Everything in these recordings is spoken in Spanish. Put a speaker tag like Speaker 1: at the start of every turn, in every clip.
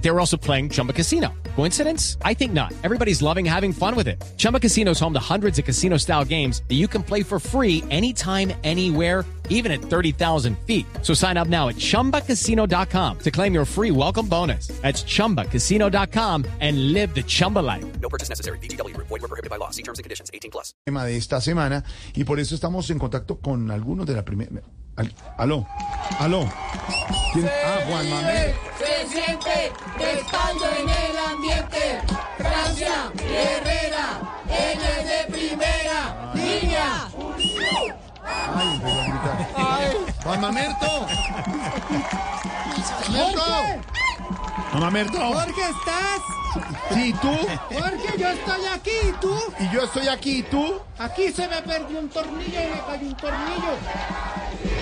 Speaker 1: They were also playing Chumba Casino. Coincidence? I think not. Everybody's loving having fun with it. Chumba Casino is home to hundreds of casino style games that you can play for free anytime, anywhere even at 30,000 feet. So sign up now at ChumbaCasino.com to claim your free welcome bonus. That's ChumbaCasino.com and live the Chumba life.
Speaker 2: No purchase necessary. BGW. Void were prohibited by law. See terms and conditions. 18 plus.
Speaker 3: tema de esta semana y por eso estamos en contacto con algunos de la primera. al- aló, aló. ¿Quién? Ah, Juan Manuel.
Speaker 4: se siente estando en el ambiente. Francia Herrera, ella es de primera línea.
Speaker 3: Ay, empezó a gritar. Juan Mamerto. Mamerto. Juan Mamerto.
Speaker 5: Jorge, ¿estás?
Speaker 3: Sí, tú.
Speaker 5: Jorge, yo estoy aquí, ¿y tú?
Speaker 3: Y yo estoy aquí, ¿y tú.
Speaker 5: Aquí se me perdió un tornillo y me cayó un tornillo.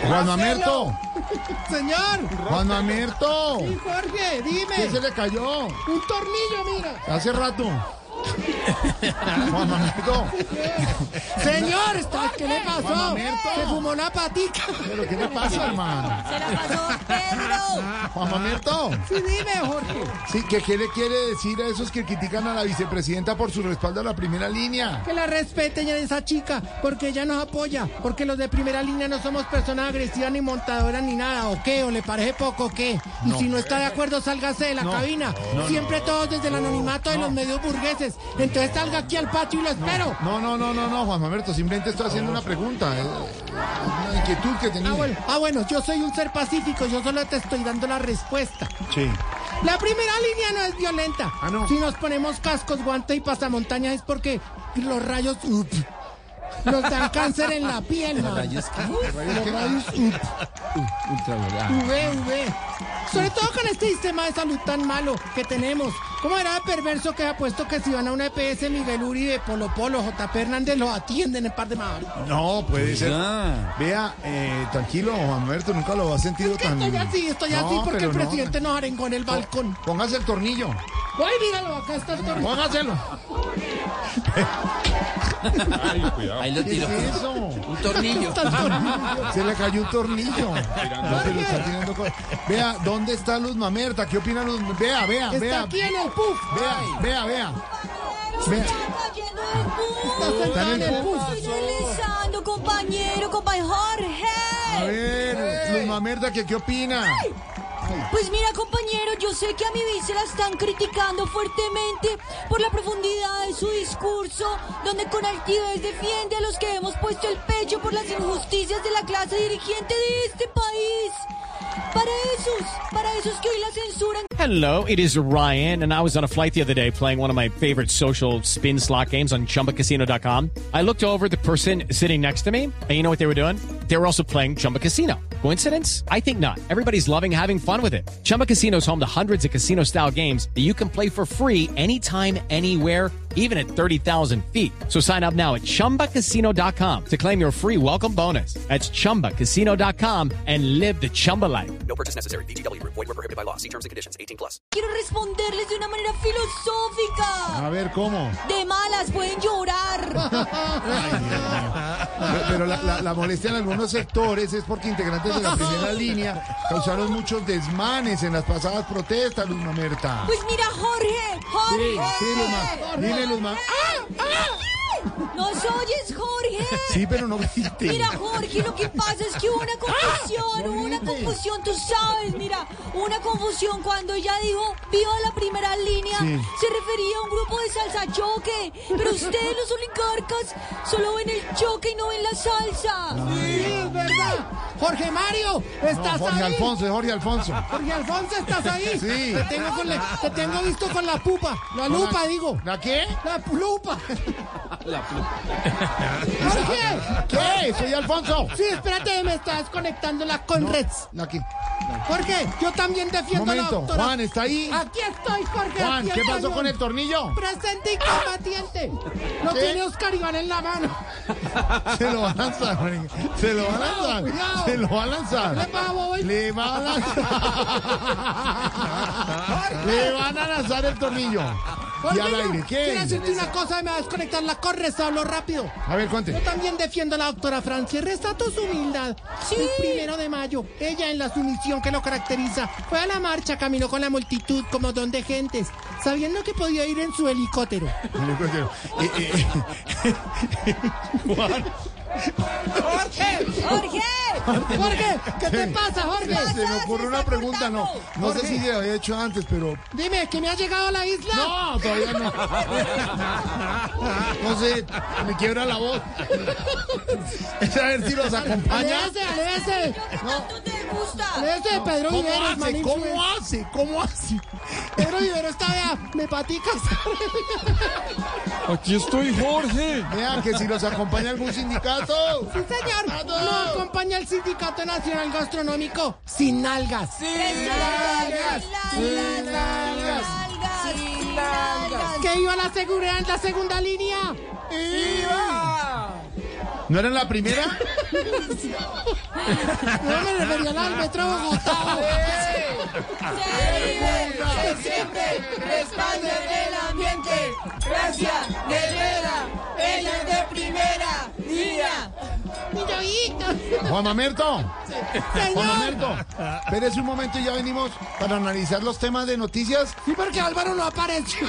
Speaker 3: Juan Mamerto.
Speaker 5: Señor,
Speaker 3: Juan Mamerto.
Speaker 5: y Jorge,
Speaker 3: ¿Qué se
Speaker 5: dime.
Speaker 3: le cayó?
Speaker 5: Un tornillo, mira.
Speaker 3: Hace rato. Juan Mamerto.
Speaker 5: Señor, ¿estás? ¿qué le pasó?
Speaker 3: Mamerto.
Speaker 5: Se fumó una patica.
Speaker 3: ¿Pero qué le pasa, hermano?
Speaker 4: Se la pasó Pedro.
Speaker 3: Juan Mamerto.
Speaker 5: Sí, dime, Jorge.
Speaker 3: Sí, ¿qué, ¿qué le quiere decir a esos que critican a la vicepresidenta por su respaldo a la primera línea?
Speaker 5: Que la respeten a esa chica, porque ella nos apoya. Porque los de primera línea no somos personas agresivas ni montadoras ni nada. ¿O qué? ¿O le parece poco o qué? Y si no está de acuerdo, sálgase de la cabina. Siempre todos desde el anonimato de los medios burgueses. Entonces salga aquí al patio y lo espero.
Speaker 3: No, no, no, no, no, Juan Mamerto, simplemente estoy haciendo una pregunta. eh, Una inquietud que tenía.
Speaker 5: Ah bueno, ah, bueno, yo soy un ser pacífico, yo solo te estoy dando la respuesta.
Speaker 3: Sí.
Speaker 5: La primera línea no es violenta.
Speaker 3: Ah, no.
Speaker 5: Si nos ponemos cascos, guantes y pasamontañas es porque los rayos up, nos dan cáncer en la piel, man.
Speaker 3: ¿Rayos qué? Ah. Uh,
Speaker 5: V, V. Sobre todo con este sistema de salud tan malo que tenemos. ¿Cómo era de perverso que ha puesto que si van a una E EPS Miguel Uribe, Polo Polo, JP Hernández lo atienden en par de madres?
Speaker 3: No, puede ser. Vea, eh, tranquilo, Juan Mamerto, nunca lo has sentido
Speaker 5: Es que
Speaker 3: tan.
Speaker 5: estoy así, estoy
Speaker 3: No,
Speaker 5: así porque
Speaker 3: pero
Speaker 5: el
Speaker 3: no. Oh.
Speaker 5: presidente nos arengó en el balcón.
Speaker 3: Póngase el tornillo.
Speaker 5: ¡Ay, míralo! Acá está el tornillo.
Speaker 3: Póngaselo.
Speaker 6: Ahí lo
Speaker 3: ¿Qué es
Speaker 6: tiró.
Speaker 3: eso?
Speaker 6: Un tornillo.
Speaker 5: Está el tornillo.
Speaker 3: Se le cayó un tornillo. No se lo está tirando con- Vea, ¿dónde está Luz Mamerta? ¿Qué opina Luz? Vea, vea,
Speaker 5: Está
Speaker 3: Ah, vea.
Speaker 5: aquí en el puff.
Speaker 3: Vea, vea, vea. Vea.
Speaker 4: Está lleno de
Speaker 5: Está
Speaker 4: bus.
Speaker 5: sentada en el puff.
Speaker 4: Estoy deslizando, compañero, compañero
Speaker 3: A
Speaker 4: Jorge.
Speaker 3: ver, Luz Mamerta, ¿qué, qué opina?
Speaker 4: Pues mira, compañero, yo sé que a mi vice la están criticando fuertemente por la profundidad de su discurso, donde con altivez defiende a los que hemos puesto el pecho por las injusticias de la clase dirigente de este país. Para esos, para esos que hoy la censuran.
Speaker 1: Hello, it is Ryan, and I was on a flight the other day playing one of my favorite social spin slot games on chumbacasino.com. I looked over at the person sitting next to me, and you know what they were doing? They were also playing Chumba Casino. Coincidence? I think not. Everybody's loving having fun with it. Chumba Casino is home to hundreds of casino style games that you can play for free anytime, anywhere, even at 30,000 feet. So sign up now at chumbacasino.com to claim your free welcome bonus. That's chumbacasino.com and live the Chumba life.
Speaker 2: No purchase necessary. BGW. Void were prohibited by law. See terms and conditions. 18 plus.
Speaker 4: Quiero responderles de una manera filosófica.
Speaker 3: A ver, ¿cómo?
Speaker 4: De malas pueden llorar.
Speaker 3: Pe- Pero la, la- la molestia en algunos sectores es porque integrantes de la primera línea causaron muchos desmanes en las pasadas protestas, Luz Mamerta.
Speaker 4: Pues mira, Jorge,
Speaker 3: Sí,
Speaker 4: Jorge.
Speaker 3: sí, Luz Ma- Dime, Luz Ma-
Speaker 4: ¿Nos oyes, Jorge?
Speaker 3: Sí, pero no grite.
Speaker 4: Mira, Jorge, lo que pasa es que hubo una
Speaker 3: Ah,
Speaker 4: confusión, hubo una confusión, tú sabes, mira, hubo una confusión cuando ella dijo, viva la primera línea,
Speaker 3: Sí.
Speaker 4: se refería a un grupo de salsa choque, pero ustedes los oligarcas solo ven el choque y no ven la salsa.
Speaker 3: Ah.
Speaker 5: Sí, es verdad. Jorge Mario,
Speaker 3: No,
Speaker 5: ¿estás
Speaker 3: Jorge
Speaker 5: ahí?
Speaker 3: Alfonso, es Jorge Alfonso.
Speaker 5: Jorge Alfonso, ¿estás ahí?
Speaker 3: Sí.
Speaker 5: Te tengo, con la- te tengo visto con la pupa. La lupa, digo.
Speaker 3: ¿La qué?
Speaker 5: La lupa. La Jorge,
Speaker 3: ¿Qué? Soy Alfonso.
Speaker 5: sí, espérate, me estás desconectando la Conreds.
Speaker 3: ¿La qué?
Speaker 5: Jorge, yo también defiendo la
Speaker 3: Momento,
Speaker 5: doctora.
Speaker 3: Juan, ¿está ahí?
Speaker 5: Aquí estoy, Jorge.
Speaker 3: Juan,
Speaker 5: aquí
Speaker 3: ¿qué
Speaker 5: estoy,
Speaker 3: pasó
Speaker 5: Juan.
Speaker 3: con el tornillo?
Speaker 5: Presente y combatiente. Lo
Speaker 3: ¿Qué?
Speaker 5: tiene Oscar Iván en la mano.
Speaker 3: Se lo va a lanzar, Juan. se lo va a lanzar,
Speaker 5: Cuidado.
Speaker 3: se lo va a lanzar.
Speaker 5: Le va a voy.
Speaker 3: Le va a lanzar. Le van a lanzar el tornillo. y al aire.
Speaker 5: Quiero
Speaker 3: ¿Quién?
Speaker 5: decirte una cosa, me va a desconectar la correza, hablo rápido.
Speaker 3: A ver, cuente.
Speaker 5: Yo también defiendo a la doctora Francia, retrato su humildad.
Speaker 4: Sí.
Speaker 5: El primero de mayo, ella en la sumisión que lo caracteriza, fue a la marcha, caminó con la multitud como don de gentes, sabiendo que podía ir en su helicóptero.
Speaker 3: Eh, eh,
Speaker 5: ¡Jorge!
Speaker 4: Jorge,
Speaker 5: ¡Jorge! ¿Qué te pasa, Jorge?
Speaker 3: se me ocurre una pregunta, no, no sé si se había hecho antes, pero
Speaker 5: Dime, ¿que me ha llegado a la isla?
Speaker 3: No, todavía no. No sé, me quiebra la voz. Es a ver si los acompaña.
Speaker 5: ¡Aléjese, aléjese!
Speaker 4: ¿qué tanto te gusta?
Speaker 5: ¡Aléjese de Pedro
Speaker 3: ¿Cómo
Speaker 5: Viveros,
Speaker 3: hace?
Speaker 5: man,
Speaker 3: ¿Cómo hace? ¿Cómo hace?
Speaker 5: Pedro Viveros está, vea, me paticas.
Speaker 7: Aquí estoy, Jorge.
Speaker 3: Vea que si los acompaña algún sindicato.
Speaker 5: Sí, señor. Lo acompaña el Sindicato Nacional Gastronómico sin nalgas.
Speaker 4: Largas, largas,
Speaker 5: largas,
Speaker 4: largas, largas.
Speaker 5: Que iba la seguridad en la segunda línea.
Speaker 3: ¿No era la primera?
Speaker 5: No me refería al árbitro de Bogotá.
Speaker 4: Se vive, se siente, España en el ambiente. Gracias, Nevera, ella es de primera. Mira,
Speaker 5: Mi yoguito.
Speaker 3: Juan Mamerto. Juan
Speaker 5: Señor.
Speaker 3: Mamerto. Espérese un momento y ya venimos para analizar los temas de noticias.
Speaker 5: Sí, porque Álvaro no apareció.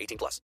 Speaker 2: 18 plus.